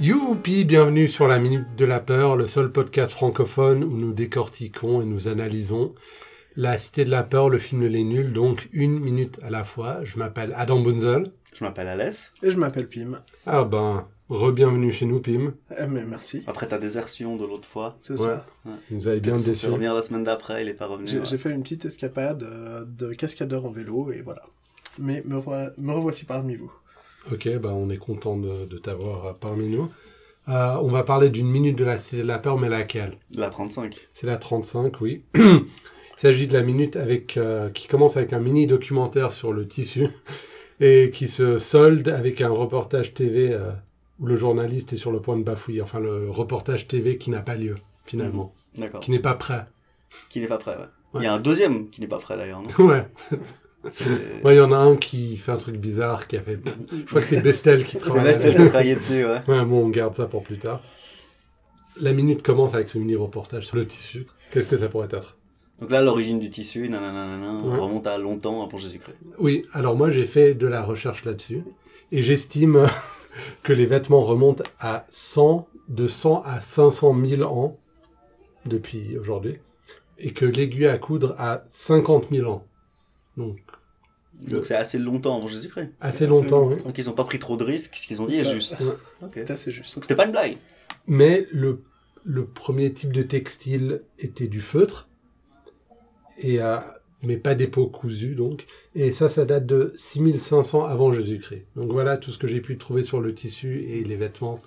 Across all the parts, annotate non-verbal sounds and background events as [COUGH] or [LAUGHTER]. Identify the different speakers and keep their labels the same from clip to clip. Speaker 1: Youpi, bienvenue sur la Minute de la Peur, le seul podcast francophone où nous décortiquons et nous analysons La Cité de la Peur, le film Les Nuls, donc une minute à la fois. Je m'appelle Adam Bunzel.
Speaker 2: Je m'appelle Alès.
Speaker 3: Et je m'appelle Pim.
Speaker 1: Ah ben, re-bienvenue chez nous, Pim.
Speaker 3: Eh, mais merci.
Speaker 2: Après ta désertion de l'autre fois.
Speaker 3: C'est
Speaker 1: Ouais.
Speaker 3: ça.
Speaker 1: Vous nous avez bien
Speaker 2: Tu
Speaker 1: déçus.
Speaker 2: fais revenir la semaine d'après, il est pas revenu. hein.
Speaker 3: J'ai
Speaker 2: ouais.
Speaker 3: j'ai fait une petite escapade euh, de cascadeur en vélo et voilà. Mais me, revoi- me revoici parmi vous.
Speaker 1: Ok, ben on est content de, de t'avoir euh, parmi nous. Euh, on va parler d'une minute de la Cité de la Peur, mais laquelle
Speaker 2: La 35.
Speaker 1: C'est la 35, oui. [CLEARS THROAT] Il s'agit de la minute avec, euh, qui commence avec un mini documentaire sur le tissu [LAUGHS] et qui se solde avec un reportage TV euh, où le journaliste est sur le point de bafouiller. Enfin, le reportage TV qui n'a pas lieu, finalement,
Speaker 2: D'accord.
Speaker 1: qui n'est pas prêt. [LAUGHS]
Speaker 2: Qui n'est pas prêt, ouais.
Speaker 1: Ouais.
Speaker 2: Il y a un deuxième qui n'est pas prêt d'ailleurs, non
Speaker 1: ouais,
Speaker 2: C'est
Speaker 1: [LAUGHS] Ouais, il y en a un qui fait un truc bizarre qui a fait. Je crois que c'est Bestel qui
Speaker 2: c'est
Speaker 1: travaille.
Speaker 2: Vestel qui a travaillé dessus, ouais.
Speaker 1: [LAUGHS] Ouais, bon, on garde ça pour plus tard. La minute commence avec ce mini reportage sur le tissu. Qu'est-ce que ça pourrait être
Speaker 2: Donc là, l'origine du tissu, nanana, nanana,
Speaker 1: Ouais.
Speaker 2: remonte à longtemps avant Jésus-Christ.
Speaker 1: Oui, alors moi j'ai fait de la recherche là-dessus et j'estime [LAUGHS] que les vêtements remontent à 100, de 100 à 500 000 ans depuis aujourd'hui et que l'aiguille à coudre a 50 000 ans. Donc
Speaker 2: Donc c'est assez longtemps avant Jésus-Christ.
Speaker 1: assez longtemps, hein. oui.
Speaker 2: Donc ils ont pas pris trop de risques, ce qu'ils ont dit
Speaker 3: Ça-
Speaker 2: est juste.
Speaker 1: Ouais.
Speaker 2: Ok.
Speaker 3: C'est
Speaker 2: Donc
Speaker 3: assez juste.
Speaker 2: c'était pas une blague.
Speaker 1: Mais le, le premier type de textile était du feutre, et, euh, mais pas des peaux cousues donc. Et ça, ça date de 6500 avant Jésus-Christ. Donc voilà tout ce que j'ai pu trouver sur le tissu et les vêtements.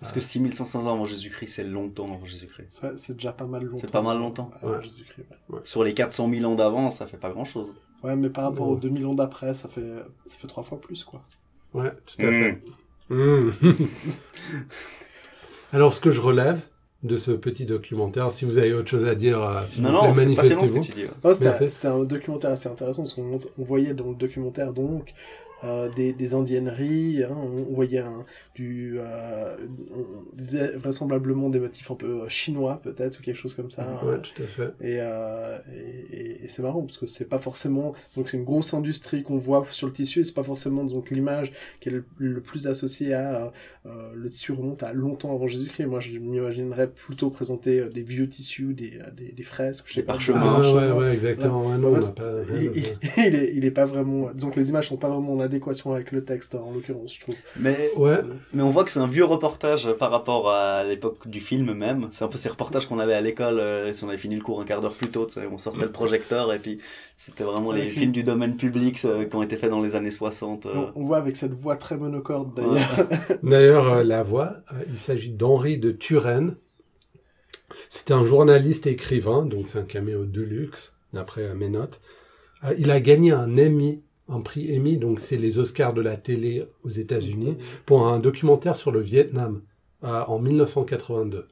Speaker 2: Parce que 6500 ans avant Jésus-Christ, c'est longtemps avant Jésus-christ.
Speaker 3: Ça, c'est déjà pas mal longtemps.
Speaker 2: C'est pas mal longtemps.
Speaker 3: avant
Speaker 1: Ouais.
Speaker 3: Jésus-Christ, ouais.
Speaker 2: Sur les 400 000 ans d'avant, ça fait pas grand-chose.
Speaker 3: Ouais, mais par rapport
Speaker 1: Ouais.
Speaker 3: aux 2000 ans d'après, ça fait, ça fait trois fois plus, quoi.
Speaker 1: Ouais, tout
Speaker 2: Hmm.
Speaker 1: à fait. Mmh. [LAUGHS] Alors ce que je relève de ce petit documentaire, si vous avez autre chose à dire, euh, s'il
Speaker 2: Non,
Speaker 1: vous plaît,
Speaker 2: non, c'est passionnant ce que
Speaker 1: manifestez-vous.
Speaker 2: tu dis. ouais.
Speaker 3: Non, C'était
Speaker 1: Merci.
Speaker 3: c'était un documentaire assez intéressant parce qu'on mont- on voyait dans le documentaire donc euh, des, des indienneries, hein, on on voyait un- du, euh, on- vra- vraisemblablement des motifs un peu euh, chinois peut-être ou quelque chose comme ça. hein.
Speaker 1: Ouais, tout à fait.
Speaker 3: Et, euh, et- et- et c'est marrant parce que c'est pas forcément donc c'est une grosse industrie qu'on voit sur le tissu et c'est pas forcément donc l'image qui est le, le plus associée à euh, euh, le tissu remonte à longtemps avant Jésus-Christ. Moi je m'imaginerais plutôt présenter euh, des vieux tissus, des, euh, des, des fresques, je sais
Speaker 2: Des
Speaker 3: pas,
Speaker 2: parchemins.
Speaker 1: Ah,
Speaker 2: marche, euh,
Speaker 1: ouais,
Speaker 3: parchemins.
Speaker 1: ouais, exactement. Ouais, non,
Speaker 3: Ouais,
Speaker 1: on n'a pas-
Speaker 3: Et- et- et il, est, il est pas vraiment. Disons que les images sont pas vraiment en adéquation avec le texte, en l'occurrence, je trouve.
Speaker 2: Mais
Speaker 1: Ouais,
Speaker 2: Mais on voit que c'est un vieux reportage par rapport à l'époque du film même. C'est un peu ces reportages qu'on avait à l'école, euh, si on avait fini le cours un quart d'heure plus tôt, tu sais, on sortait le projecteur et puis c'était vraiment les
Speaker 3: Avec une-
Speaker 2: films du domaine public euh, qui ont été faits dans les années 60. euh.
Speaker 3: On, on voit avec cette voix très monocorde, d'ailleurs.
Speaker 2: Ouais.
Speaker 1: D'ailleurs, euh, la voix, euh, il s'agit d'Henri de Turenne. C'est un journaliste et écrivain, donc c'est un caméo de luxe, d'après euh, mes notes. Euh, il a gagné un Emmy, un prix Emmy, donc c'est les Oscars de la télé aux États-Unis, pour un documentaire sur le Vietnam euh, en 1982.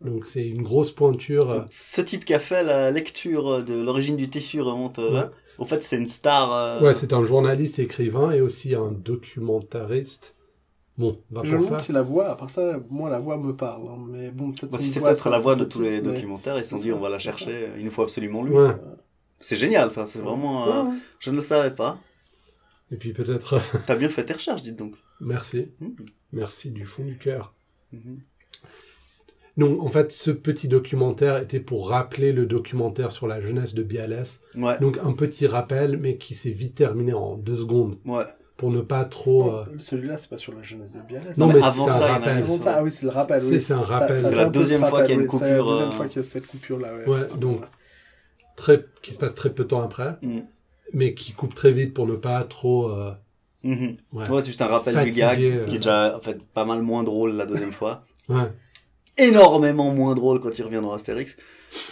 Speaker 1: Donc c'est une grosse pointure. euh,
Speaker 2: Donc, Ce type qui a fait la lecture de l'origine du tissu remonte euh, là.
Speaker 1: Ouais.
Speaker 2: Au fait, c'est une star. euh,
Speaker 1: Ouais, c'est un journaliste et écrivain et aussi un documentariste. Bon, on va
Speaker 3: Je me
Speaker 1: pour
Speaker 3: demande
Speaker 1: ça.
Speaker 3: si la voix, à part ça, moi la voix me parle. hein, mais bon, peut-être
Speaker 2: bah, si
Speaker 3: une
Speaker 2: c'est
Speaker 3: voix
Speaker 2: peut-être
Speaker 3: assez
Speaker 2: la voix de
Speaker 3: petite,
Speaker 2: tous les
Speaker 3: mais-
Speaker 2: documentaires, ils se sont
Speaker 3: C'est
Speaker 2: dit
Speaker 3: ça,
Speaker 2: on va la
Speaker 3: c'est ça.
Speaker 2: chercher, il nous faut absolument lui.
Speaker 1: Ouais.
Speaker 2: C'est génial ça, c'est vraiment. euh,
Speaker 3: Ouais, ouais.
Speaker 2: Je ne le savais pas.
Speaker 1: Et puis peut-être. [LAUGHS]
Speaker 2: T'as bien fait tes recherches, dites donc.
Speaker 1: Merci.
Speaker 3: Hmm.
Speaker 2: Mhm.
Speaker 1: Merci du fond du cœur.
Speaker 2: Mhm.
Speaker 1: Donc, en fait, ce petit documentaire était pour rappeler le documentaire sur la jeunesse de Bialès.
Speaker 2: Ouais,
Speaker 1: Donc, un petit rappel, mais qui s'est vite terminé en deux secondes,
Speaker 2: ouais.
Speaker 1: pour ne pas trop... euh,
Speaker 3: Non, Celui-là, c'est pas sur la jeunesse de Bialès.
Speaker 1: Non,
Speaker 3: hein.
Speaker 1: mais,
Speaker 2: avant
Speaker 1: c'est un
Speaker 2: ça, il y en a
Speaker 1: rappel.
Speaker 2: eu.
Speaker 3: Avant ça, ah oui, c'est le rappel.
Speaker 1: C'est-
Speaker 3: oui.
Speaker 1: c'est un
Speaker 3: Ça-
Speaker 1: rappel,
Speaker 3: ça
Speaker 1: oui.
Speaker 3: fait
Speaker 2: C'est la
Speaker 3: un peu
Speaker 2: deuxième
Speaker 3: ce
Speaker 2: fois
Speaker 3: rappel,
Speaker 2: qu'il y a une
Speaker 3: oui, C'est la
Speaker 2: coupure,
Speaker 3: deuxième
Speaker 2: euh,
Speaker 3: fois qu'il y a cette coupure-là. Ouais,
Speaker 1: Ouais,
Speaker 3: effectivement.
Speaker 1: donc, Très, qui se passe très peu de temps après,
Speaker 2: Mhm.
Speaker 1: mais qui coupe très vite pour ne pas trop... euh,
Speaker 2: Mhm.
Speaker 1: Ouais.
Speaker 2: Ouais, c'est juste un rappel
Speaker 1: Fatigué,
Speaker 2: du gag,
Speaker 1: euh,
Speaker 2: ce qui
Speaker 1: c'est
Speaker 2: est déjà en fait, pas mal moins drôle la deuxième fois. [LAUGHS]
Speaker 1: Ouais.
Speaker 2: Énormément moins drôle quand il revient dans Astérix.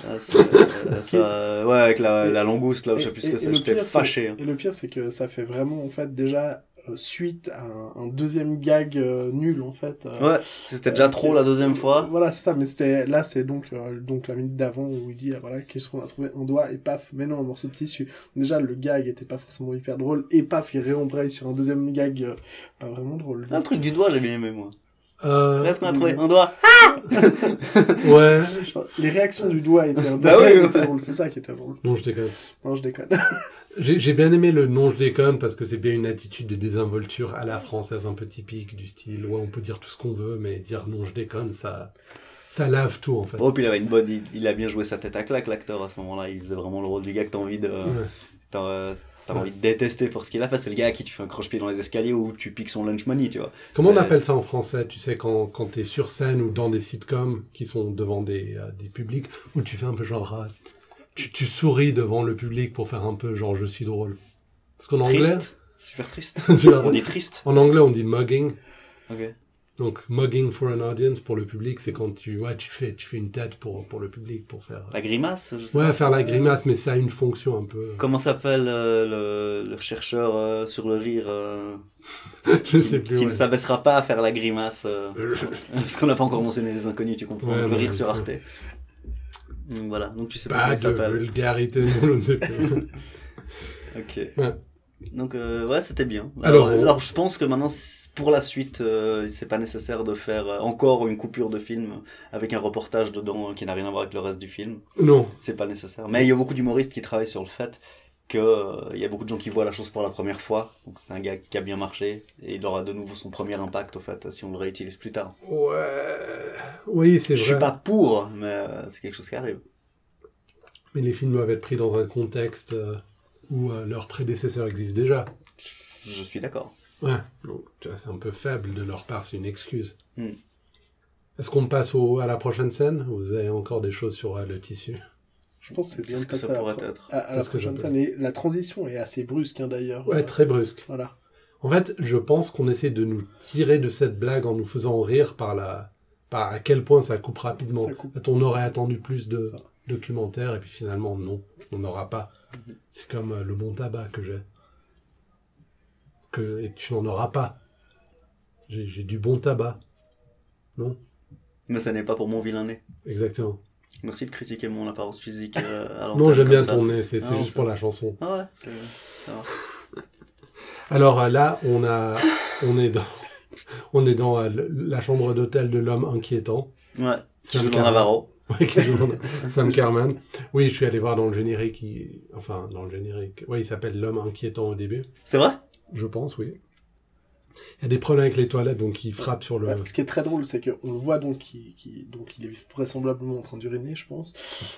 Speaker 2: Euh, ça- euh, ça- ouais, avec la, la langouste, là, je sais plus ce
Speaker 3: Et-
Speaker 2: que
Speaker 3: et-
Speaker 2: c'est,
Speaker 3: et le
Speaker 2: j'étais
Speaker 3: pire, c'est-
Speaker 2: fâché. hein.
Speaker 3: Et le pire, c'est que ça fait vraiment, en fait, déjà euh, suite à un, un deuxième gag euh, nul, en fait. euh,
Speaker 2: Ouais, c'était déjà
Speaker 3: euh,
Speaker 2: trop
Speaker 3: qui-
Speaker 2: la deuxième fois.
Speaker 3: Voilà, c'est ça, mais c'était là, c'est donc, euh, donc la minute d'avant où il dit, ah, voilà, qu'est-ce qu'on a trouvé Un doigt, et paf, mais non, un morceau de tissu. Déjà, le gag était pas forcément hyper drôle, et paf, il réembraye sur un deuxième gag euh, pas vraiment drôle.
Speaker 2: Ah, le truc du doigt, j'ai bien aimé, moi.
Speaker 1: Euh,
Speaker 2: Là, ce qu'on a trouvé, un doigt.
Speaker 1: ouais.
Speaker 3: Les réactions du
Speaker 2: [LAUGHS]
Speaker 3: doigt étaient
Speaker 2: Bah ouais,
Speaker 3: étaient
Speaker 2: ouais.
Speaker 3: drôles, c'est ça qui était drôle.
Speaker 1: Non, je déconne.
Speaker 3: Non, je déconne. [LAUGHS]
Speaker 1: J'ai j'ai bien aimé le non, je déconne, parce que c'est bien une attitude de désinvolture à la française, un peu typique, du style, ouais, on peut dire tout ce qu'on veut, mais dire non, je déconne, ça, ça lave tout, en fait.
Speaker 2: Oh, puis il avait une bonne. Il, il a bien joué sa tête à claque, l'acteur, à ce moment-là. Il faisait vraiment le rôle du gars que t'as envie de.
Speaker 1: Ouais.
Speaker 2: T'as euh, t'as
Speaker 1: Ouais.
Speaker 2: envie de détester pour ce qu'il a fait. C'est le gars à qui tu fais un croche-pied dans les escaliers ou tu piques son lunch money, tu vois.
Speaker 1: Comment on
Speaker 2: C'est-
Speaker 1: appelle ça en français Tu sais, quand, quand t'es sur scène ou dans des sitcoms qui sont devant des, euh, des publics, où tu fais un peu genre. euh, tu, tu souris devant le public pour faire un peu genre je suis drôle. Parce qu'en anglais.
Speaker 2: Triste. Super triste.
Speaker 1: [LAUGHS] Tu vois,
Speaker 2: On dit triste.
Speaker 1: en anglais, on dit mugging.
Speaker 2: Ok.
Speaker 1: Donc, mugging for an audience, pour le public, c'est quand tu, ouais, tu, fais, tu fais une tête pour, pour le public, pour faire. euh,
Speaker 2: La grimace, je sais
Speaker 1: Ouais,
Speaker 2: pas.
Speaker 1: faire la grimace, mais ça a une fonction un peu.
Speaker 2: Comment s'appelle euh, le, le chercheur euh, sur le rire euh,
Speaker 1: [LAUGHS] Je
Speaker 2: qui-
Speaker 1: sais plus.
Speaker 2: qui
Speaker 1: ouais.
Speaker 2: ne s'abaissera pas à faire la grimace
Speaker 1: [LAUGHS]
Speaker 2: euh, Parce qu'on n'a pas encore mentionné les inconnus, tu comprends
Speaker 1: Ouais,
Speaker 2: Le
Speaker 1: ouais,
Speaker 2: rire sur
Speaker 1: ouais.
Speaker 2: Arte. Donc voilà, donc tu sais pas
Speaker 1: Pas
Speaker 2: comment
Speaker 1: de
Speaker 2: ça s'appelle.
Speaker 1: vulgarité, [LAUGHS] non, je ne sais plus.
Speaker 2: Ok.
Speaker 1: Ouais.
Speaker 2: Donc euh, ouais, c'était bien.
Speaker 1: Alors,
Speaker 2: Alors,
Speaker 1: on-
Speaker 2: alors, je pense que maintenant, c- pour la suite, euh, c'est pas nécessaire de faire euh, encore une coupure de film avec un reportage dedans euh, qui n'a rien à voir avec le reste du film.
Speaker 1: non.
Speaker 2: C'est pas nécessaire. Mais il y a beaucoup d'humoristes qui travaillent sur le fait que euh, il y a beaucoup de gens qui voient la chose pour la première fois. Donc c'est un gars qui a bien marché et il aura de nouveau son premier impact au fait si on le réutilise plus tard.
Speaker 1: Ouais. Oui, c'est
Speaker 2: Je
Speaker 1: vrai.
Speaker 2: suis pas pour, mais euh, c'est quelque chose qui arrive.
Speaker 1: Mais les films doivent être pris dans un contexte euh, où euh, leurs prédécesseurs existent déjà.
Speaker 2: Je suis d'accord.
Speaker 1: Ouais. Donc, tu vois, c'est un peu faible de leur part, c'est une excuse.
Speaker 2: Hmm.
Speaker 1: Est-ce qu'on passe au- à la prochaine scène ou Vous avez encore des choses sur euh, le tissu
Speaker 3: Je pense que c'est bien
Speaker 2: Qu'est-ce
Speaker 3: de
Speaker 2: que
Speaker 3: passer
Speaker 2: ça
Speaker 3: à la,
Speaker 2: pourrait
Speaker 3: pro-
Speaker 2: être
Speaker 3: à- à la
Speaker 1: Qu'est-ce que
Speaker 3: prochaine
Speaker 1: j'appelle
Speaker 3: scène. Et la transition est assez brusque, hein, d'ailleurs.
Speaker 1: Ouais, très brusque.
Speaker 3: Voilà.
Speaker 1: En fait, je pense qu'on essaie de nous tirer de cette blague en nous faisant rire par la par à quel point ça coupe rapidement.
Speaker 3: Ça coupe.
Speaker 1: En fait, On aurait attendu plus de
Speaker 3: Ça.
Speaker 1: documentaires et puis finalement non, on n'aura pas. C'est comme euh, le bon tabac que j'ai. Que et tu n'en auras pas. J'ai j'ai du bon tabac.
Speaker 2: Mais ça n'est pas pour mon vilain nez.
Speaker 1: Exactement.
Speaker 2: Merci de critiquer mon apparence physique. euh, à
Speaker 1: non,
Speaker 2: l'antenne
Speaker 1: j'aime
Speaker 2: comme
Speaker 1: bien
Speaker 2: ça.
Speaker 1: tourner, c'est c'est
Speaker 2: Ah,
Speaker 1: juste
Speaker 2: on
Speaker 1: pour la chanson.
Speaker 2: Ah ouais. c'est-
Speaker 1: Alors euh, là, on a on est dans [LAUGHS] on est dans euh, le- la chambre d'hôtel de l'homme inquiétant.
Speaker 2: Ouais, qui
Speaker 1: Sam
Speaker 2: joue dans
Speaker 1: Carell.
Speaker 2: Navarro.
Speaker 1: Ouais, qui joue dans- Sam Carman. Oui, je suis allé voir dans le générique. il- Enfin, dans le générique. Oui, il s'appelle L'homme inquiétant au début.
Speaker 2: C'est vrai
Speaker 1: Je pense, oui. Il y a des problèmes avec les toilettes, donc il frappe sur le.
Speaker 3: Ouais, ce qui est très drôle, c'est qu'on le voit donc qui, donc il est vraisemblablement en train d'uriner, je pense,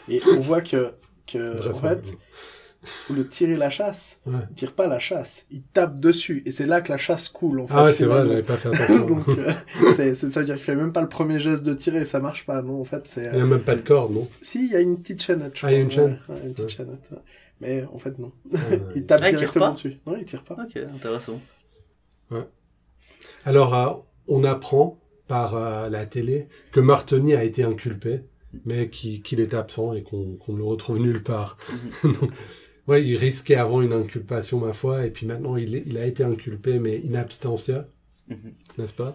Speaker 3: et on voit que, que en
Speaker 1: Vraisemblablement.
Speaker 3: fait, au lieu de tirer la chasse,
Speaker 1: Ouais.
Speaker 3: il tire pas la chasse, il tape dessus, et c'est là que la chasse coule. En fait,
Speaker 1: Ah ouais, c'est vrai,
Speaker 3: finalement.
Speaker 1: j'avais
Speaker 3: [LAUGHS]
Speaker 1: pas fait [LAUGHS] attention.
Speaker 3: donc euh, c'est c'est- ça veut dire qu'il fait même pas le premier geste de tirer, ça marche pas. Non, en fait, c'est euh,
Speaker 1: Il n'y a même pas de corde, [LAUGHS] non
Speaker 3: si il y a une petite chaînette. je
Speaker 1: Ah, il y a
Speaker 3: crois,
Speaker 1: une
Speaker 3: ouais, ouais, une petite
Speaker 1: Ouais.
Speaker 3: chaînette, ouais. Mais en fait, non.
Speaker 1: Euh,
Speaker 3: Il tape
Speaker 2: Ah, il tire
Speaker 3: directement
Speaker 2: pas
Speaker 3: dessus. Non, il tire pas.
Speaker 2: Ok, intéressant.
Speaker 1: Alors, euh, on apprend par euh, la télé que Martoni a été inculpé, mais qui- qu'il est absent et qu'on qu'on ne le retrouve nulle part. [LAUGHS] Donc, ouais, il risquait avant une inculpation, ma foi, et puis maintenant il, est- il a été inculpé, mais in absentia,
Speaker 2: Mhm.
Speaker 1: n'est-ce pas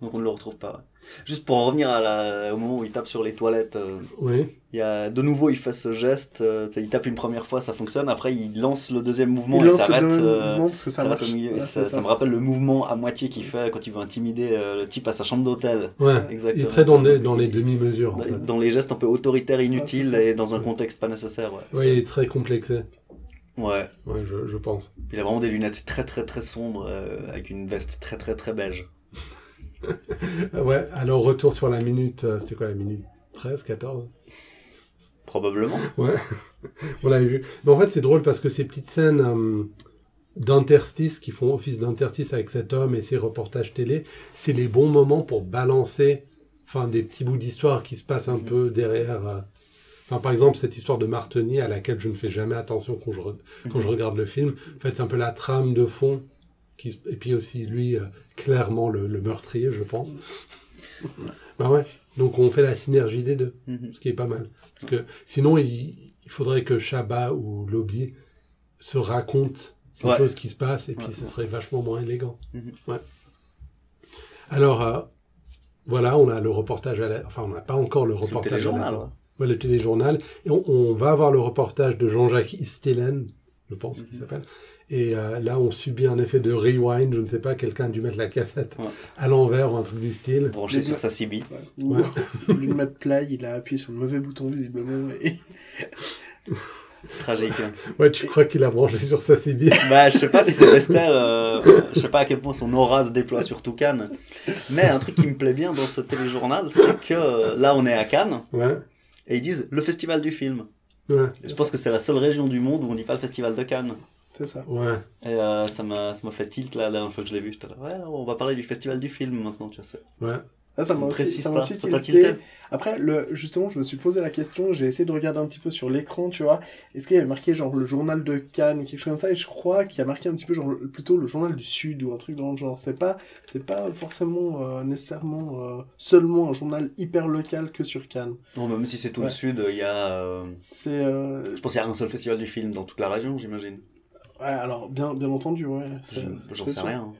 Speaker 2: Donc on ne le retrouve pas. ouais. Juste pour en revenir à la- au moment où il tape sur les toilettes, euh,
Speaker 1: Oui.
Speaker 2: il y a, de nouveau il fait ce geste, euh, tu sais, il tape une première fois, ça fonctionne, après il lance le deuxième mouvement
Speaker 3: Il
Speaker 2: et
Speaker 3: lance le
Speaker 2: s'arrête.
Speaker 3: deuxième
Speaker 2: euh,
Speaker 3: mouvement parce que ça
Speaker 2: s'arrête
Speaker 3: marche.
Speaker 2: au milieu. Et
Speaker 3: Voilà,
Speaker 2: ça,
Speaker 3: c'est
Speaker 2: ça me rappelle le mouvement à moitié qu'il fait quand il veut intimider euh, le type à sa chambre d'hôtel.
Speaker 1: Ouais. Il est
Speaker 2: Exactement.
Speaker 1: très dans, les- dans les demi-mesures. en
Speaker 2: Dans-
Speaker 1: fait.
Speaker 2: Dans les gestes un peu autoritaires, inutiles
Speaker 3: Ouais, c'est ça.
Speaker 2: et dans un contexte pas nécessaire. Ouais.
Speaker 1: Oui, il est très complexé.
Speaker 2: Ouais.
Speaker 1: Ouais, je, je pense.
Speaker 2: Il a vraiment des lunettes très très très sombres euh, avec une veste très très très beige.
Speaker 1: Euh, Ouais, alors retour sur la minute. euh, C'était quoi la minute 13, 14
Speaker 3: [LAUGHS]
Speaker 2: Probablement.
Speaker 1: [LAUGHS] On l'avait vu. Mais en fait, c'est drôle parce que ces petites scènes euh, d'interstices qui font office d'interstices avec cet homme et ses reportages télé, c'est les bons moments pour balancer enfin, des petits bouts d'histoire qui se passent un peu derrière. euh, Enfin, par exemple, cette histoire de Martini à laquelle je ne fais jamais attention quand je, re- quand je regarde le film. En fait, c'est un peu la trame de fond. Qui, se- et puis aussi, lui, euh, clairement le, le meurtrier, je pense. bah ouais. Donc, on fait la synergie des deux
Speaker 2: Mhm.
Speaker 1: ce qui est pas mal. Parce que sinon, il, il faudrait que Chabat ou Lobby se racontent ces
Speaker 2: Ouais.
Speaker 1: choses qui se passent, et puis
Speaker 2: Ouais.
Speaker 1: ce serait vachement moins élégant.
Speaker 2: Mhm.
Speaker 1: Ouais. Alors, euh, voilà, on a le reportage à la... Enfin, on n'a pas encore le
Speaker 2: C'est le
Speaker 1: reportage à la
Speaker 2: téléjournal. hein.
Speaker 1: télé- ouais, le téléjournal. Et on, on va avoir le reportage de Jean-Jacques Istelen, je pense
Speaker 2: Mhm.
Speaker 1: qu'il s'appelle. Et euh, là, on subit un effet de rewind, je ne sais pas, quelqu'un a dû mettre la cassette
Speaker 2: Ouais.
Speaker 1: à l'envers ou un truc du style.
Speaker 2: Branché sur sa CB.
Speaker 3: Ouais. Ou
Speaker 1: Ouais.
Speaker 3: [LAUGHS] au lieu de mettre play, il a appuyé sur le mauvais bouton visiblement. Et... [LAUGHS]
Speaker 2: Tragique. hein.
Speaker 1: Ouais, tu crois qu'il a branché sur sa
Speaker 2: [LAUGHS]
Speaker 1: CB
Speaker 2: Bah, je sais pas si c'est Vestel, euh, je sais pas à quel point son aura se déploie sur tout Cannes. Mais un truc qui me plaît bien dans ce téléjournal, c'est que euh, là, on est à Cannes
Speaker 1: Ouais.
Speaker 2: et ils disent le festival du film.
Speaker 1: Ouais.
Speaker 2: Et Je pense que c'est la seule région du monde où on dit pas le festival de Cannes.
Speaker 3: C'est ça.
Speaker 1: Ouais.
Speaker 2: Et euh, ça m'a ça m'a fait tilt là, la dernière fois que je l'ai vu. J'étais là, ouais, on va parler du festival du film maintenant, tu vois. c'est-
Speaker 1: Ouais.
Speaker 3: Ah, ça m'a
Speaker 2: On
Speaker 3: aussi,
Speaker 2: précise
Speaker 3: ça m'a
Speaker 2: pas,
Speaker 3: aussi
Speaker 2: ça t'a
Speaker 3: tilté.
Speaker 2: tilté.
Speaker 3: Après, le, justement, je me suis posé la question, j'ai essayé de regarder un petit peu sur l'écran, tu vois. Est-ce qu'il y avait marqué genre le journal de Cannes, quelque chose comme ça Et je crois qu'il y a marqué un petit peu genre le- plutôt le journal du Sud ou un truc dans le genre. C'est pas, c'est pas forcément euh, nécessairement euh, seulement un journal hyper local que sur Cannes.
Speaker 2: Non, mais même si c'est tout
Speaker 3: Ouais.
Speaker 2: le sud, il y a. euh,
Speaker 3: C'est. euh,
Speaker 2: je pense qu'il y a un seul festival du film dans toute la région, j'imagine.
Speaker 3: ouais, alors, bien, bien entendu, ouais. c'est-
Speaker 2: Je- J'en
Speaker 3: c'est
Speaker 2: sais
Speaker 3: sûr.
Speaker 2: rien.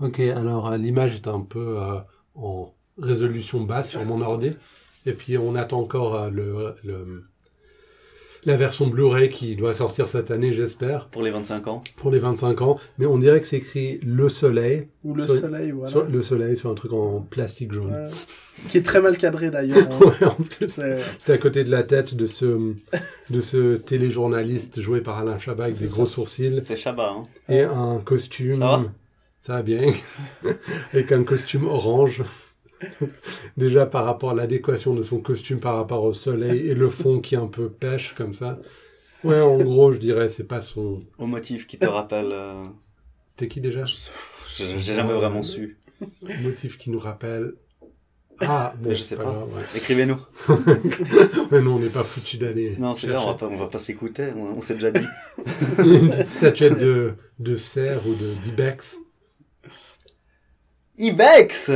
Speaker 2: hein.
Speaker 1: Ok, alors euh, l'image est un peu euh, en résolution basse sur mon ordi. Et puis on attend encore euh, le, le- la version Blu-ray qui doit sortir cette année, j'espère,
Speaker 2: Pour les 25 ans.
Speaker 1: pour les 25 ans. Mais on dirait que c'est écrit Le Soleil,
Speaker 3: Ou le
Speaker 1: Sur-
Speaker 3: soleil, voilà.
Speaker 1: sur, le soleil sur un truc en plastique jaune.
Speaker 3: Ouais. Qui est très mal cadré
Speaker 2: [LAUGHS]
Speaker 3: d'ailleurs. hein.
Speaker 1: [LAUGHS] Ouais, en plus.
Speaker 3: C'est-
Speaker 1: C'est à côté de la tête de ce, de ce téléjournaliste joué par Alain Chabat avec des gros sourcils
Speaker 2: C'est Chabat, hein.
Speaker 1: et un costume.
Speaker 2: Ça va
Speaker 1: Ça va bien. [LAUGHS] Avec un costume orange. Déjà par rapport à l'adéquation de son costume par rapport au soleil et le fond qui est un peu pêche comme ça. Ouais, en gros, je dirais, c'est pas son.
Speaker 2: Au motif qui te rappelle. euh,
Speaker 1: C'était qui
Speaker 3: Ah,
Speaker 1: déjà
Speaker 2: je- J'ai jamais vraiment su.
Speaker 1: Le motif qui nous rappelle.
Speaker 2: [LAUGHS]
Speaker 1: Ah, bon,
Speaker 2: Mais je sais pas.
Speaker 1: grave, ouais.
Speaker 2: Écrivez-nous.
Speaker 1: Mais non, on n'est pas foutu d'aller.
Speaker 2: Non, c'est là, on va pas, on va pas s'écouter, on, on s'est déjà dit. [LAUGHS]
Speaker 1: chercher Une petite statuette de, de cerf ou de d'ibex.
Speaker 2: Ibex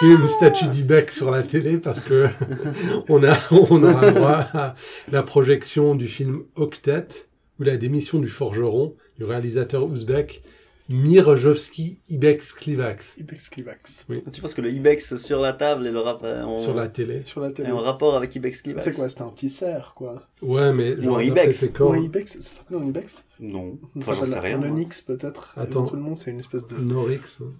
Speaker 1: C'est une statue d'Ibex sur la télé parce que [LAUGHS] on a on a droit à la projection du film Octet ou la démission du forgeron du réalisateur ouzbek Mirjovski Ibex Klivax
Speaker 3: Ibex Clivax.
Speaker 2: Tu penses que le Ibex sur la table et le rap, euh, on-
Speaker 1: sur la télé.
Speaker 3: Sur la
Speaker 2: est
Speaker 3: télé.
Speaker 2: en rapport avec Ibex Climax
Speaker 3: C'est quoi C'était un petit cerf, quoi.
Speaker 1: Ouais, mais genre
Speaker 2: un
Speaker 1: d'après
Speaker 2: ibex.
Speaker 1: ses corps,
Speaker 3: Ou un ibex Ça s'appelle un ibex
Speaker 2: Non,
Speaker 3: Ça
Speaker 2: enfin, j'en
Speaker 3: s'appelle
Speaker 2: sais rien.
Speaker 3: Un
Speaker 2: moi.
Speaker 3: onyx, peut-être. Euh,
Speaker 1: Attends.
Speaker 3: Tout le monde, c'est une espèce de
Speaker 1: Norix. hein.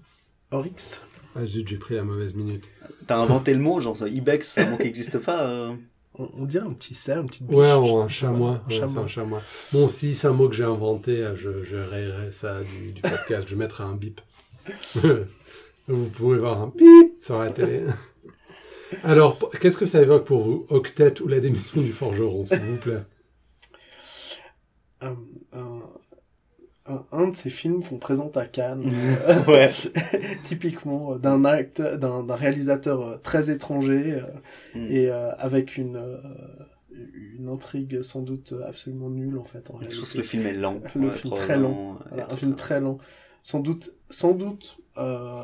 Speaker 3: oryx.
Speaker 1: Ah zut, j'ai pris la mauvaise minute.
Speaker 2: T'as inventé le mot, genre ça, Ibex, c'est un mot qui n'existe pas.
Speaker 3: [LAUGHS]
Speaker 2: euh.
Speaker 3: On, on dirait un petit cerf, une petite biche.
Speaker 1: Ouais,
Speaker 3: je
Speaker 1: on-
Speaker 3: sais
Speaker 1: un
Speaker 3: pas.
Speaker 1: chamois.
Speaker 3: Un
Speaker 1: Ouais, c'est
Speaker 3: chamois.
Speaker 1: un chamois. Bon, si c'est un mot que j'ai inventé, euh, je, je rayerai ça du, du podcast. je mettrai un bip. [LAUGHS] vous pouvez voir un bip sur la télé. [LAUGHS] Alors, p- qu'est-ce que ça évoque pour vous Octet ou la démission du forgeron, s'il vous plaît
Speaker 3: Un, un- un- un de ces films qu'on présente à Cannes,
Speaker 2: ouais. Mm.
Speaker 3: typiquement euh, d'un acteur, d'un d'un réalisateur euh, très étranger, euh,
Speaker 2: Mm.
Speaker 3: et euh, avec une, euh, une intrigue sans doute absolument nulle, en fait. En
Speaker 2: Je
Speaker 3: réalité.
Speaker 2: pense que le film est lent.
Speaker 3: Le film très
Speaker 2: probablement.
Speaker 3: Voilà, un film très lent. Sans doute, sans doute euh,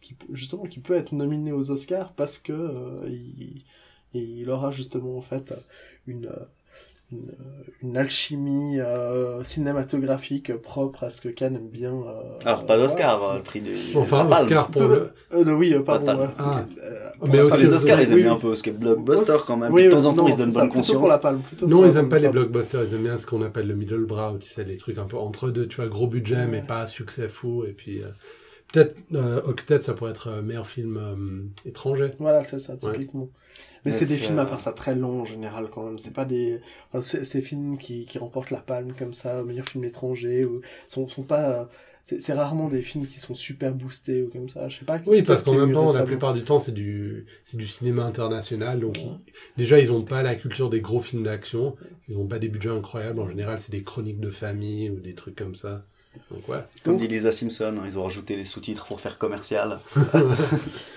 Speaker 3: qui, justement, qui peut être nominé aux Oscars parce que euh, il, il aura justement en fait une, euh, une, euh, une alchimie euh, cinématographique propre à ce que Cannes aime bien. euh,
Speaker 2: Alors, pas d'Oscar,
Speaker 3: voir.
Speaker 2: euh, le prix du.
Speaker 1: Enfin,
Speaker 2: la Palme.
Speaker 1: Oscar pour
Speaker 3: Peu-
Speaker 1: le.
Speaker 3: Euh, non, oui, euh, pardon.
Speaker 2: Pas de-
Speaker 3: euh,
Speaker 1: Ah.
Speaker 3: euh,
Speaker 1: Mais
Speaker 2: Enfin,
Speaker 1: aussi
Speaker 2: les Oscars, ils aiment
Speaker 3: Oui,
Speaker 2: bien
Speaker 3: oui.
Speaker 2: un peu ce qui est blockbuster quand même.
Speaker 3: Oui,
Speaker 2: Puis de temps en
Speaker 3: oui,
Speaker 2: temps,
Speaker 3: non,
Speaker 2: ils se donnent
Speaker 3: c'est ça,
Speaker 2: bonne
Speaker 3: plutôt pour
Speaker 2: conscience.
Speaker 3: la palme, plutôt pour
Speaker 1: Non,
Speaker 3: la
Speaker 1: ils aiment pas
Speaker 3: Palme.
Speaker 1: les blockbusters, ils aiment bien ce qu'on appelle le middle brow, tu sais, les trucs un peu entre deux, tu vois, gros budget mais
Speaker 3: Ouais.
Speaker 1: pas succès fou. Et puis, euh, peut-être euh, Octet, ça pourrait être euh, meilleur film euh, étranger.
Speaker 3: Voilà, c'est ça, typiquement. Mais
Speaker 2: Mais
Speaker 3: c'est des
Speaker 2: c'est,
Speaker 3: films à
Speaker 2: euh,
Speaker 3: part ça très longs en général quand même. C'est pas des, enfin, c'est ces films qui, qui remportent la palme comme ça, au meilleur film étranger ou sont sont pas. euh, C'est c'est rarement des films qui sont super boostés ou comme ça. Je sais pas.
Speaker 1: Oui, parce qu'en même temps,
Speaker 3: on
Speaker 1: la plupart du temps, c'est du, c'est du cinéma international. Donc, ils- déjà, ils n'ont pas la culture des gros films d'action. Ils n'ont pas des budgets incroyables. En général, c'est des chroniques de famille ou des trucs comme ça. Donc, ouais.
Speaker 2: Comme dit Lisa Simpson, hein, ils ont rajouté les sous-titres pour faire commercial.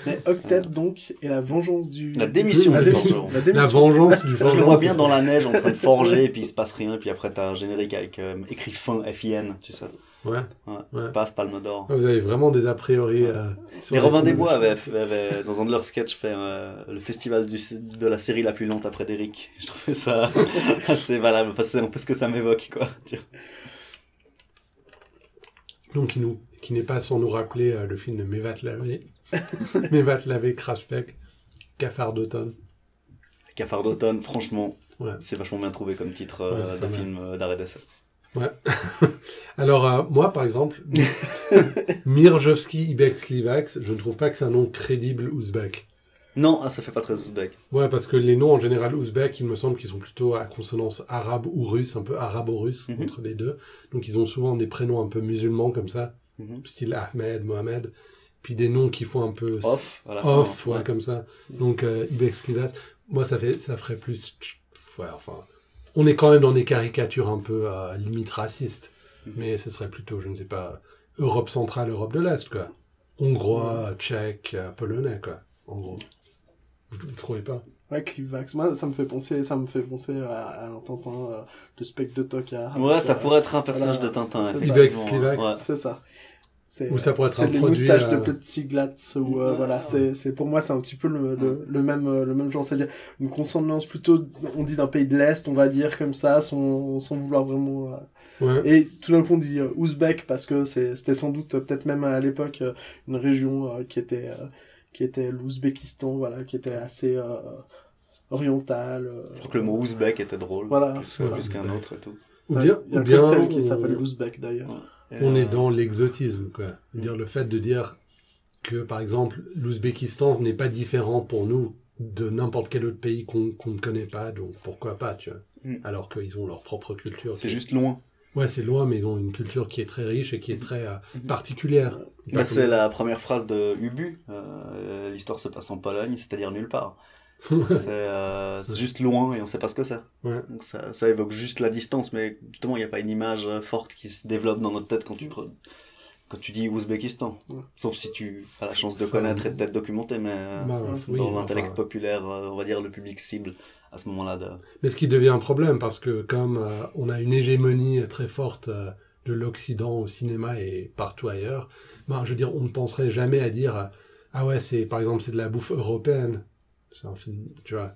Speaker 3: Mais Octet donc et la vengeance du.
Speaker 2: La démission
Speaker 1: La
Speaker 2: du
Speaker 1: démission.
Speaker 2: forgeron.
Speaker 3: La
Speaker 1: La
Speaker 3: démission.
Speaker 1: vengeance
Speaker 2: [LAUGHS]
Speaker 1: du
Speaker 2: Je
Speaker 1: vengeance.
Speaker 2: le vois bien dans la neige en train de forger
Speaker 1: [LAUGHS]
Speaker 2: et puis il se passe rien. Et puis après, t'as un générique avec euh, écrit fin, F-I-N, tu sais.
Speaker 1: Ouais.
Speaker 2: Ouais.
Speaker 1: Ouais. Ah,
Speaker 2: Paf, palme d'or.
Speaker 1: Vous avez vraiment des a priori. euh, sur les
Speaker 2: Mais Robin
Speaker 1: films
Speaker 2: Desbois
Speaker 1: d'action.
Speaker 2: avait, avait, dans un de leurs sketchs, fait euh, le festival du, de la série la plus lente après Derrick. Je
Speaker 1: [LAUGHS]
Speaker 2: trouvais ça assez valable, parce que c'est un peu ce que ça m'évoque, quoi. tu vois.
Speaker 1: Donc, qui, nous, qui n'est pas sans nous rappeler euh, le film de Mevat
Speaker 2: [LAUGHS]
Speaker 1: Lavé. Mevat Lavé, Crashback, Cafard d'automne.
Speaker 2: Cafard d'automne, franchement,
Speaker 1: Ouais.
Speaker 2: c'est vachement bien trouvé comme titre euh,
Speaker 1: Ouais, c'est pas
Speaker 2: de
Speaker 1: mal.
Speaker 2: film euh, d'arrêt d'essai.
Speaker 1: Ouais. Alors, euh, moi, par
Speaker 2: [LAUGHS]
Speaker 1: exemple, Mirjovski Ibek Slivax, je ne trouve pas que c'est un nom crédible ouzbek.
Speaker 2: Non, ah, ça fait pas très ouzbek.
Speaker 1: Ouais, parce que les noms en général ouzbek, il me semble qu'ils sont plutôt à consonance arabe ou russe, un peu arabo-russe
Speaker 2: Mhm.
Speaker 1: entre les deux. Donc, ils ont souvent des prénoms un peu musulmans comme ça,
Speaker 2: Mhm.
Speaker 1: style Ahmed, Mohamed, puis des noms qui font un peu
Speaker 2: Off, à la fin,
Speaker 1: off, ouais,
Speaker 2: ouais.
Speaker 1: comme ça. Donc, euh, Ibex Clidas, moi, ça, fait, ça ferait plus. tch- ouais, enfin, on est quand même dans des caricatures un peu euh, limite racistes.
Speaker 2: Mhm.
Speaker 1: Mais ce serait plutôt, je ne sais pas, Europe centrale, Europe de l'Est, quoi. Hongrois,
Speaker 3: Mhm.
Speaker 1: tchèque, euh, polonais, quoi. En gros. Vous ne trouvez pas
Speaker 3: Ouais, Clivax. Moi, ça me fait penser, ça me fait penser à, à un Tintin euh, de spectre de Tokar.
Speaker 2: Ouais,
Speaker 3: Avec,
Speaker 2: ça
Speaker 3: euh,
Speaker 2: pourrait être un personnage
Speaker 3: voilà.
Speaker 2: de Tintin.
Speaker 3: C'est ça.
Speaker 2: effectivement,
Speaker 1: Ibex, Clivax.
Speaker 2: ouais.
Speaker 3: C'est ça. C'est,
Speaker 1: Ou ça pourrait être
Speaker 3: c'est
Speaker 1: un
Speaker 3: les
Speaker 1: produit,
Speaker 3: moustaches
Speaker 1: euh,
Speaker 3: de petit glace ou euh,
Speaker 2: Ouais.
Speaker 3: voilà c'est c'est pour moi c'est un petit peu le, le, le même euh, le même genre c'est-à-dire une consonance plutôt on dit d'un pays de l'est on va dire comme ça sans sans vouloir vraiment euh,
Speaker 1: Ouais.
Speaker 3: et tout d'un coup on dit euh, ouzbek parce que c'est- c'était sans doute euh, peut-être même à l'époque euh, une région euh, qui était euh, qui était l'Ouzbékistan voilà qui était assez euh, orientale euh,
Speaker 2: Je trouve que le mot ouzbek était drôle.
Speaker 3: Voilà,
Speaker 2: Plus,
Speaker 1: c'est ça.
Speaker 2: plus qu'un autre et tout.
Speaker 1: Ou bien,
Speaker 3: il y a
Speaker 1: ou
Speaker 3: un
Speaker 1: bien
Speaker 3: cocktail qui
Speaker 1: on-
Speaker 3: s'appelle l'ouzbek d'ailleurs
Speaker 2: Et,
Speaker 1: on
Speaker 2: euh,
Speaker 1: est dans l'exotisme, quoi. Je veux Dire le fait de dire que, par exemple, l'Ouzbékistan n'est pas différent pour nous de n'importe quel autre pays qu'on qu'on ne connaît pas, donc pourquoi pas, tu vois.
Speaker 2: Mm.
Speaker 1: Alors qu'ils ont leur propre culture.
Speaker 2: C'est juste loin.
Speaker 1: Ouais, c'est loin, mais ils ont une culture qui est très riche et qui est très euh,
Speaker 2: Mhm.
Speaker 1: particulière.
Speaker 2: Bah, c'est la première phrase de Ubu. euh, L'histoire se passe en Pologne, c'est-à-dire
Speaker 1: [LAUGHS]
Speaker 2: nulle part. C'est euh, c'est juste loin et on sait pas ce que c'est.
Speaker 1: Ouais.
Speaker 2: Donc ça, ça évoque juste la distance, mais justement, il n'y a pas une image euh, forte qui se développe dans notre tête quand tu, pre- quand tu dis Ouzbékistan.
Speaker 3: Ouais.
Speaker 2: Sauf si tu as la chance de connaître et de t'être documenté, mais euh,
Speaker 1: Bah, oui,
Speaker 2: dans
Speaker 1: enfin,
Speaker 2: l'intellect populaire, euh, on va dire le public cible à ce moment-là. De...
Speaker 1: Mais ce qui devient un problème, parce que comme euh, on a une hégémonie très forte euh, de l'Occident au cinéma et partout ailleurs, ben, je veux dire, on ne penserait jamais à dire euh, Ah ouais, c'est par exemple, c'est de la bouffe européenne. C'est un film, tu vois.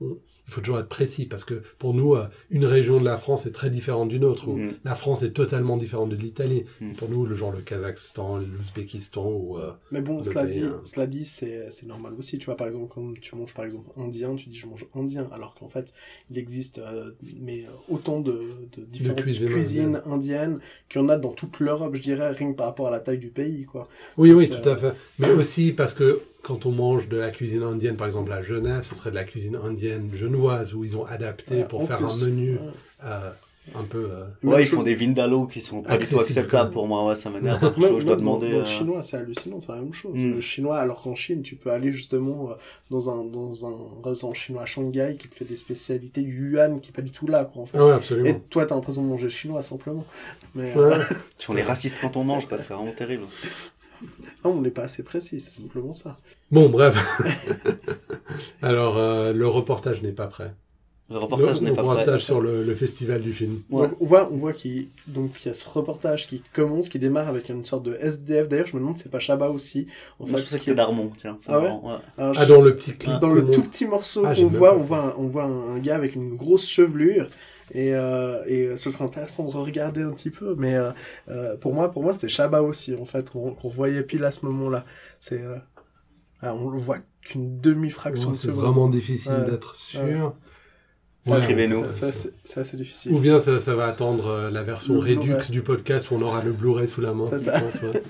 Speaker 1: On- Il faut toujours être précis, parce que pour nous, euh, une région de la France est très différente d'une autre. ou
Speaker 2: Mm.
Speaker 1: La France est totalement différente de l'Italie.
Speaker 2: Mm.
Speaker 1: Pour nous, le genre le Kazakhstan, l'Ouzbékistan, ou... euh,
Speaker 3: Mais bon,
Speaker 1: Le
Speaker 3: cela
Speaker 2: ben,
Speaker 1: pays,
Speaker 3: dit,
Speaker 1: hein.
Speaker 3: cela dit, c'est c'est normal aussi. Tu vois, par exemple, quand tu manges, par exemple, indien, tu dis je mange indien, alors qu'en fait, il existe euh, mais euh, autant de, de différentes
Speaker 1: cuisines
Speaker 3: cuisines indiennes qu'il y en a dans toute l'Europe, je dirais, rien que par rapport à la taille du pays, quoi.
Speaker 1: Oui, oui,
Speaker 3: Donc, euh,
Speaker 1: tout à fait.
Speaker 3: [COUGHS]
Speaker 1: Mais aussi parce que quand on mange de la cuisine indienne, par exemple à Genève, ce serait de la cuisine indienne genevoise où ils ont adapté
Speaker 3: Ouais,
Speaker 1: pour
Speaker 3: en
Speaker 1: faire
Speaker 3: plus.
Speaker 1: un menu
Speaker 3: Ouais.
Speaker 1: euh, un peu. euh,
Speaker 3: Même
Speaker 2: Ouais, ils
Speaker 3: chose-
Speaker 2: font des vindalo qui sont pas du tout
Speaker 1: Accessible,
Speaker 2: acceptables
Speaker 1: quand
Speaker 2: pour moi, ouais,
Speaker 1: [LAUGHS]
Speaker 2: ça m'énerve. un peu
Speaker 3: Même-
Speaker 2: chaud, je dois
Speaker 3: même dans-
Speaker 2: demander.
Speaker 3: dans le
Speaker 2: euh,
Speaker 3: chinois, c'est hallucinant, c'est la même chose.
Speaker 2: Mm.
Speaker 3: Le chinois, alors qu'en Chine, tu peux aller justement euh, dans un, dans un restaurant chinois à Shanghai qui te fait des spécialités du yuan qui est pas du tout là, quoi, en fait.
Speaker 1: Ah ouais,
Speaker 3: Et
Speaker 1: absolument.
Speaker 3: toi, t'as l'impression de manger chinois simplement. Mais, euh,
Speaker 1: Ouais.
Speaker 2: Tu vois, on est raciste quand on mange, quoi, c'est vraiment terrible.
Speaker 3: Non, on n'est pas assez précis, c'est simplement ça.
Speaker 1: Bon, bref. [LAUGHS] Alors, euh, le reportage n'est pas prêt.
Speaker 2: Le reportage
Speaker 1: le
Speaker 2: n'est pas prêt.
Speaker 1: reportage sur le, le festival du film.
Speaker 2: Ouais.
Speaker 3: Donc, on voit, on voit qu'il donc, qu'il y a ce reportage qui commence, qui démarre avec une sorte de SDF. D'ailleurs, je me demande si c'est pas Chaba aussi. En
Speaker 2: Moi, je pensais
Speaker 3: fait,
Speaker 2: que
Speaker 3: qui est-
Speaker 2: c'était Darmon, tiens. c'est
Speaker 3: Ah ouais
Speaker 2: marrant, ouais.
Speaker 3: Alors, je-
Speaker 1: Ah, dans le petit clip.
Speaker 3: dans,
Speaker 1: qu'on
Speaker 3: le
Speaker 1: montre.
Speaker 3: tout petit morceau
Speaker 1: Ah, j'ai
Speaker 3: qu'on
Speaker 1: même
Speaker 3: voit,
Speaker 1: pas
Speaker 3: on
Speaker 1: fait.
Speaker 3: voit, un, on voit un gars avec une grosse chevelure. Et, euh, et euh, ce serait intéressant de regarder un petit peu. Mais euh, euh, pour moi, pour moi c'était Chaba aussi, en fait, qu'on qu'on voyait pile à ce moment-là. C'est euh, ah, on le voit qu'une demi-fraction
Speaker 1: Ouais,
Speaker 3: de
Speaker 1: C'est
Speaker 3: seconde.
Speaker 1: vraiment difficile
Speaker 3: Ouais.
Speaker 1: d'être sûr.
Speaker 3: Ça,
Speaker 1: Ouais,
Speaker 2: écrivez-nous.
Speaker 1: ça-
Speaker 3: Ça, c'est c'est assez difficile.
Speaker 1: Ou bien ça, ça va attendre euh, la version
Speaker 3: Le
Speaker 1: Redux
Speaker 3: Blu-ray.
Speaker 1: du podcast où on aura le Blu-ray sous la main.
Speaker 3: C'est
Speaker 1: je
Speaker 3: ça.
Speaker 1: pense, ouais.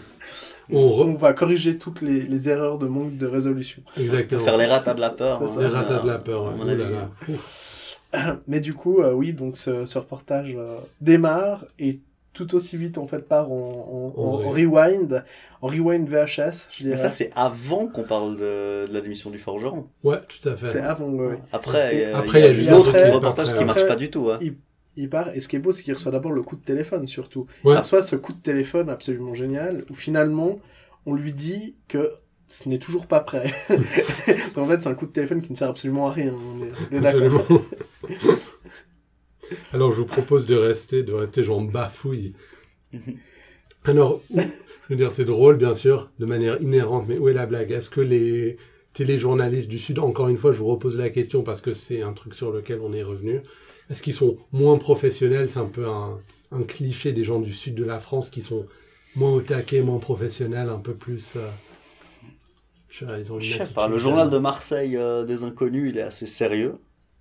Speaker 1: On re-
Speaker 3: [LAUGHS] On va corriger toutes les, les erreurs de manque de résolution.
Speaker 1: Exactement.
Speaker 2: Faire les ratas de la peur.
Speaker 3: C'est ça.
Speaker 2: hein,
Speaker 1: Les ratas
Speaker 2: euh,
Speaker 1: de la peur.
Speaker 2: à
Speaker 1: ouais.
Speaker 2: mon
Speaker 1: Ouh là
Speaker 2: avis.
Speaker 1: là.
Speaker 3: Mais du coup, euh, oui, donc ce, ce reportage euh, démarre et tout aussi vite en fait part en, en, en- en rewind, en rewind VHS. Je
Speaker 2: Mais
Speaker 3: dirais.
Speaker 2: ça, c'est avant qu'on parle de, de la démission du forgeron.
Speaker 1: Ouais, tout à
Speaker 3: c'est
Speaker 1: fait.
Speaker 3: avant. ouais, ouais.
Speaker 2: Après,
Speaker 3: Et
Speaker 2: euh,
Speaker 1: après,
Speaker 2: il y a
Speaker 3: il y a
Speaker 2: juste
Speaker 3: juste
Speaker 2: d'autres
Speaker 3: après-
Speaker 2: reportages
Speaker 1: après,
Speaker 2: qui
Speaker 1: ouais.
Speaker 2: marchent pas du tout. hein.
Speaker 3: Il part et ce qui est beau, c'est qu'il reçoit d'abord le coup de téléphone surtout.
Speaker 1: Ouais.
Speaker 3: Il reçoit ce coup de téléphone absolument génial où finalement on lui dit que ce n'est toujours pas prêt. [LAUGHS] Donc, en fait, c'est un coup de téléphone qui ne sert absolument à rien. on est- on est d'accord.
Speaker 1: Absolument. [LAUGHS] Alors, je vous propose de rester, de rester genre
Speaker 3: [LAUGHS]
Speaker 1: bafouille. Alors, où- je veux dire, c'est drôle, bien sûr, de manière inhérente, mais où est la blague Est-ce que les téléjournalistes du Sud, encore une fois, je vous repose la question parce que c'est un truc sur lequel on est revenu, est-ce qu'ils sont moins professionnels C'est un peu un, un cliché des gens du Sud de la France qui sont moins au taquet, moins professionnels, un peu plus... euh, je sais pas, ils ont une
Speaker 2: Je sais
Speaker 1: attitude,
Speaker 2: pas, le journal de Marseille euh, des inconnus, il est assez sérieux.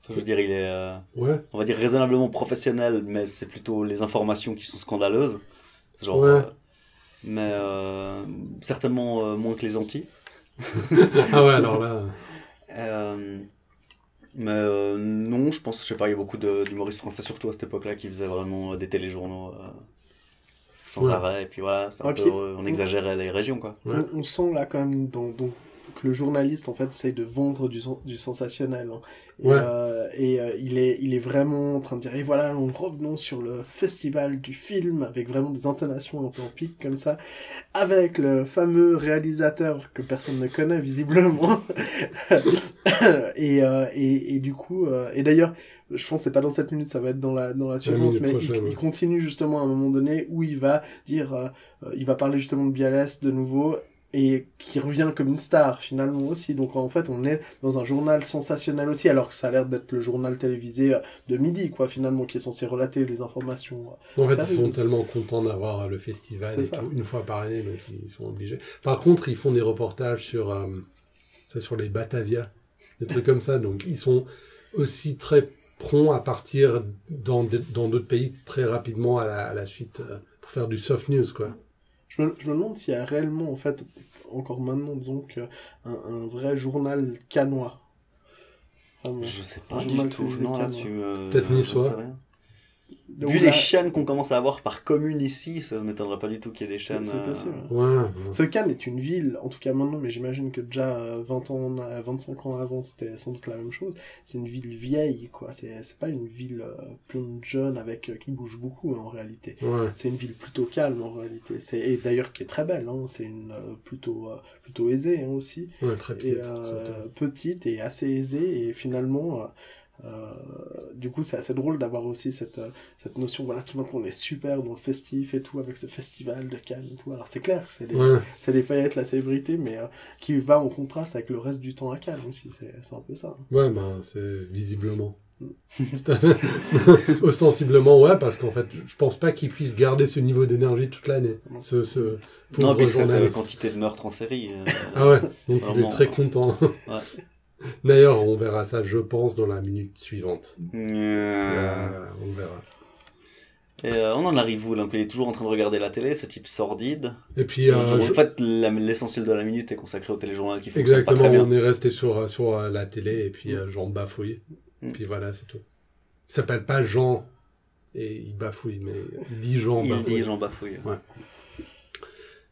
Speaker 2: Enfin, je veux dire, il est, euh,
Speaker 1: Ouais.
Speaker 2: on va dire, raisonnablement professionnel, mais c'est plutôt les informations qui sont scandaleuses. Genre,
Speaker 1: Ouais.
Speaker 2: euh, mais euh, certainement euh, moins que les Antilles.
Speaker 1: Ah ouais, alors là.
Speaker 2: Euh, mais euh, non, je pense, je sais pas, il y a beaucoup de- d'humoristes français, surtout à cette époque-là, qui faisaient vraiment euh, des téléjournaux euh, sans
Speaker 1: Ouais.
Speaker 2: arrêt. Et puis voilà, c'est un
Speaker 3: Ouais,
Speaker 2: peu,
Speaker 3: puis-
Speaker 2: euh, on exagérait les régions, quoi.
Speaker 1: Ouais.
Speaker 3: On, on sent là quand même dans- donc, que le journaliste en fait essaye de vendre du, sen- du sensationnel. hein. Et,
Speaker 1: Ouais.
Speaker 3: euh, et, euh, il, est, il est vraiment en train de dire, et voilà, nous revenons sur le festival du film avec vraiment des intonations un peu en pic comme ça, avec le fameux réalisateur que personne ne connaît visiblement. et, euh, et, et du coup, euh, et d'ailleurs, je pense que c'est pas dans cette minute, ça va être dans la, dans la suivante,
Speaker 1: minute
Speaker 3: mais il,
Speaker 1: prochaine, ouais.
Speaker 3: il continue justement à un moment donné où il va dire, euh, euh, il va parler justement de Bialès de nouveau et qui revient comme une star finalement aussi. Donc en fait, on est dans un journal sensationnel aussi, alors que ça a l'air d'être le journal télévisé euh, de midi, quoi, finalement, qui est censé relater les informations. euh.
Speaker 1: En fait,
Speaker 3: Ça,
Speaker 1: ils sont
Speaker 3: oui.
Speaker 1: tellement contents d'avoir euh, le festival
Speaker 3: C'est
Speaker 1: et
Speaker 3: ça.
Speaker 1: tout, une fois par année, donc ils sont obligés. Par contre, ils font des reportages sur, euh, c'est sur les Batavia, des trucs comme ça. Donc, ils sont aussi très prompts à partir dans des- dans d'autres pays très rapidement à la, à la suite euh, pour faire du soft news, quoi.
Speaker 3: Je me, je me demande s'il y a réellement, en fait, encore maintenant, disons que un, un vrai journal canois. Vraiment.
Speaker 2: Je sais pas
Speaker 3: Je
Speaker 2: du
Speaker 3: mal
Speaker 2: tout.
Speaker 3: utilisé
Speaker 2: Non, là,
Speaker 3: le
Speaker 2: tu me-
Speaker 1: Peut-être
Speaker 2: je
Speaker 1: niçois.
Speaker 2: sais rien.
Speaker 3: Donc
Speaker 2: Vu
Speaker 3: là,
Speaker 2: les chaînes qu'on commence à avoir par commune ici, ça ne m'étonnerait pas du tout qu'il y ait des
Speaker 3: C'est-
Speaker 2: chaînes. euh,
Speaker 3: c'est possible.
Speaker 1: Ouais.
Speaker 3: Ce Cannes est une ville, en tout cas maintenant, mais j'imagine que déjà euh, 20 ans, euh, 25 ans avant, c'était sans doute la même chose. C'est une ville vieille, quoi. C'est c'est pas une ville euh, pleine de jeunes avec, euh, qui bouge beaucoup hein, en réalité.
Speaker 1: Ouais.
Speaker 3: C'est une ville plutôt calme en réalité. C'est et d'ailleurs qui est très belle. hein. C'est une euh, plutôt euh, plutôt aisée hein, aussi.
Speaker 1: Ouais, très
Speaker 3: Et,
Speaker 1: petite.
Speaker 3: euh,
Speaker 1: surtout.
Speaker 3: petite et assez aisée et finalement. euh, euh, du coup, c'est assez drôle d'avoir aussi cette, euh, cette notion. Voilà, tout le monde, on est super dans le festif et tout, avec ce festival de Cannes et tout. Alors, c'est clair, que c'est les,
Speaker 1: Ouais.
Speaker 3: c'est les paillettes, la célébrité, mais euh, qui va en contraste avec le reste du temps à Cannes aussi. C'est c'est un peu ça. hein.
Speaker 1: Ouais, ben, c'est visiblement. Tout à fait. [LAUGHS] Ostensiblement, ouais, parce qu'en fait, je pense pas qu'ils puissent garder ce niveau d'énergie toute l'année. Ce, ce pauvre
Speaker 2: Non, puis cette euh,
Speaker 1: journaliste.
Speaker 2: quantité de meurtres en série.
Speaker 1: [LAUGHS]
Speaker 2: euh,
Speaker 1: Ah ouais, donc il est
Speaker 2: Vraiment.
Speaker 1: très content.
Speaker 2: Ouais.
Speaker 1: [LAUGHS] D'ailleurs, on verra ça, je pense, dans la minute suivante.
Speaker 2: euh,
Speaker 1: Euh, on verra.
Speaker 2: Et euh, on en arrive où là Il est toujours en train de regarder la télé, ce type sordide.
Speaker 1: Et puis, euh,
Speaker 2: Je-
Speaker 1: je-
Speaker 2: En fait, la- l'essentiel de la minute est consacré au téléjournal qui fonctionne pas
Speaker 1: exactement,
Speaker 2: très bien.
Speaker 1: on est resté sur, euh, sur euh, la télé et puis euh, Jean bafouille.
Speaker 2: Mm.
Speaker 1: Puis voilà, c'est tout. Il s'appelle pas Jean et il bafouille, mais il dit Jean
Speaker 2: Il
Speaker 1: bafouille.
Speaker 2: dit Jean Bafouille.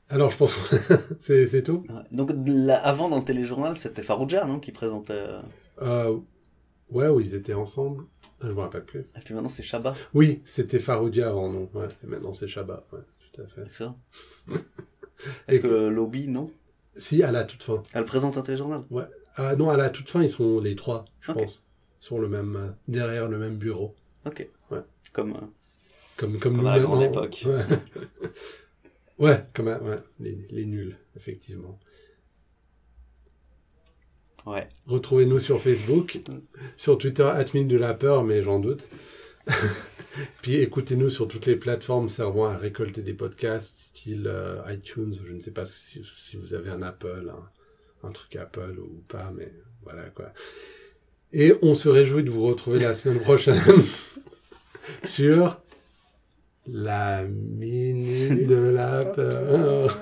Speaker 1: Alors, je pense que [LAUGHS] c'est c'est tout.
Speaker 2: Ouais. Donc de la- avant dans le téléjournal, c'était Farouja non, qui présentait. euh,
Speaker 1: Euh, ouais, où ils étaient ensemble. Ah, Je me rappelle plus.
Speaker 2: Et puis maintenant c'est Chabat.
Speaker 1: Oui, c'était Faroudia avant, non ouais, et Maintenant, c'est Shabba. Ouais, tout à fait. [LAUGHS]
Speaker 2: c'est ça Est-ce
Speaker 1: Et-
Speaker 2: que euh, Lobby, non
Speaker 1: Si, à la toute fin.
Speaker 2: Elle présente un téléjournal
Speaker 1: Ah non, à la toute fin, ils sont les trois, je
Speaker 2: Ok.
Speaker 1: pense. Sur le même, euh, derrière le même bureau.
Speaker 2: Ok.
Speaker 1: Ouais.
Speaker 2: Comme. euh,
Speaker 1: Comme, comme,
Speaker 2: Comme
Speaker 1: nous
Speaker 2: à la grande
Speaker 1: maintenant.
Speaker 2: époque.
Speaker 1: Ouais, [LAUGHS] ouais, comme à- ouais, les, les nuls, effectivement.
Speaker 2: Ouais.
Speaker 1: Retrouvez-nous sur Facebook, sur Twitter, admin de la peur, mais j'en doute. [LAUGHS] Puis écoutez-nous sur toutes les plateformes servant à récolter des podcasts, style euh, iTunes, je ne sais pas si, si vous avez un Apple, un, un truc Apple ou pas, mais voilà quoi. Et on se réjouit de vous retrouver la semaine prochaine [LAUGHS] sur la minute de la peur.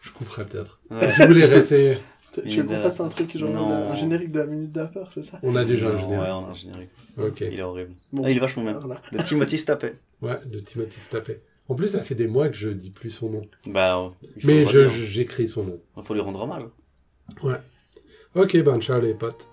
Speaker 1: Je couperai peut-être.
Speaker 2: Ouais.
Speaker 1: Si vous voulez réessayer,
Speaker 3: Tu tu
Speaker 2: Il
Speaker 3: veux qu'on
Speaker 2: est-
Speaker 3: fasse un truc, genre
Speaker 2: Non.
Speaker 3: un générique de la minute de la peur, c'est ça
Speaker 1: on a déjà un
Speaker 2: Non,
Speaker 1: générique.
Speaker 2: Ouais, on a un générique.
Speaker 1: Ok.
Speaker 2: Il est horrible.
Speaker 3: Bon.
Speaker 2: Ah, il est vachement bien.
Speaker 3: Voilà.
Speaker 2: De Timothy Stappé.
Speaker 1: Ouais, de Timothy Stappé. En plus, ça fait des mois que je dis plus son nom.
Speaker 2: Bah, euh, il faut
Speaker 1: Mais
Speaker 2: le
Speaker 1: je-
Speaker 2: redire.
Speaker 1: je- j'écris son nom.
Speaker 2: Faut lui rendre hommage.
Speaker 1: Ok, ben ciao les potes.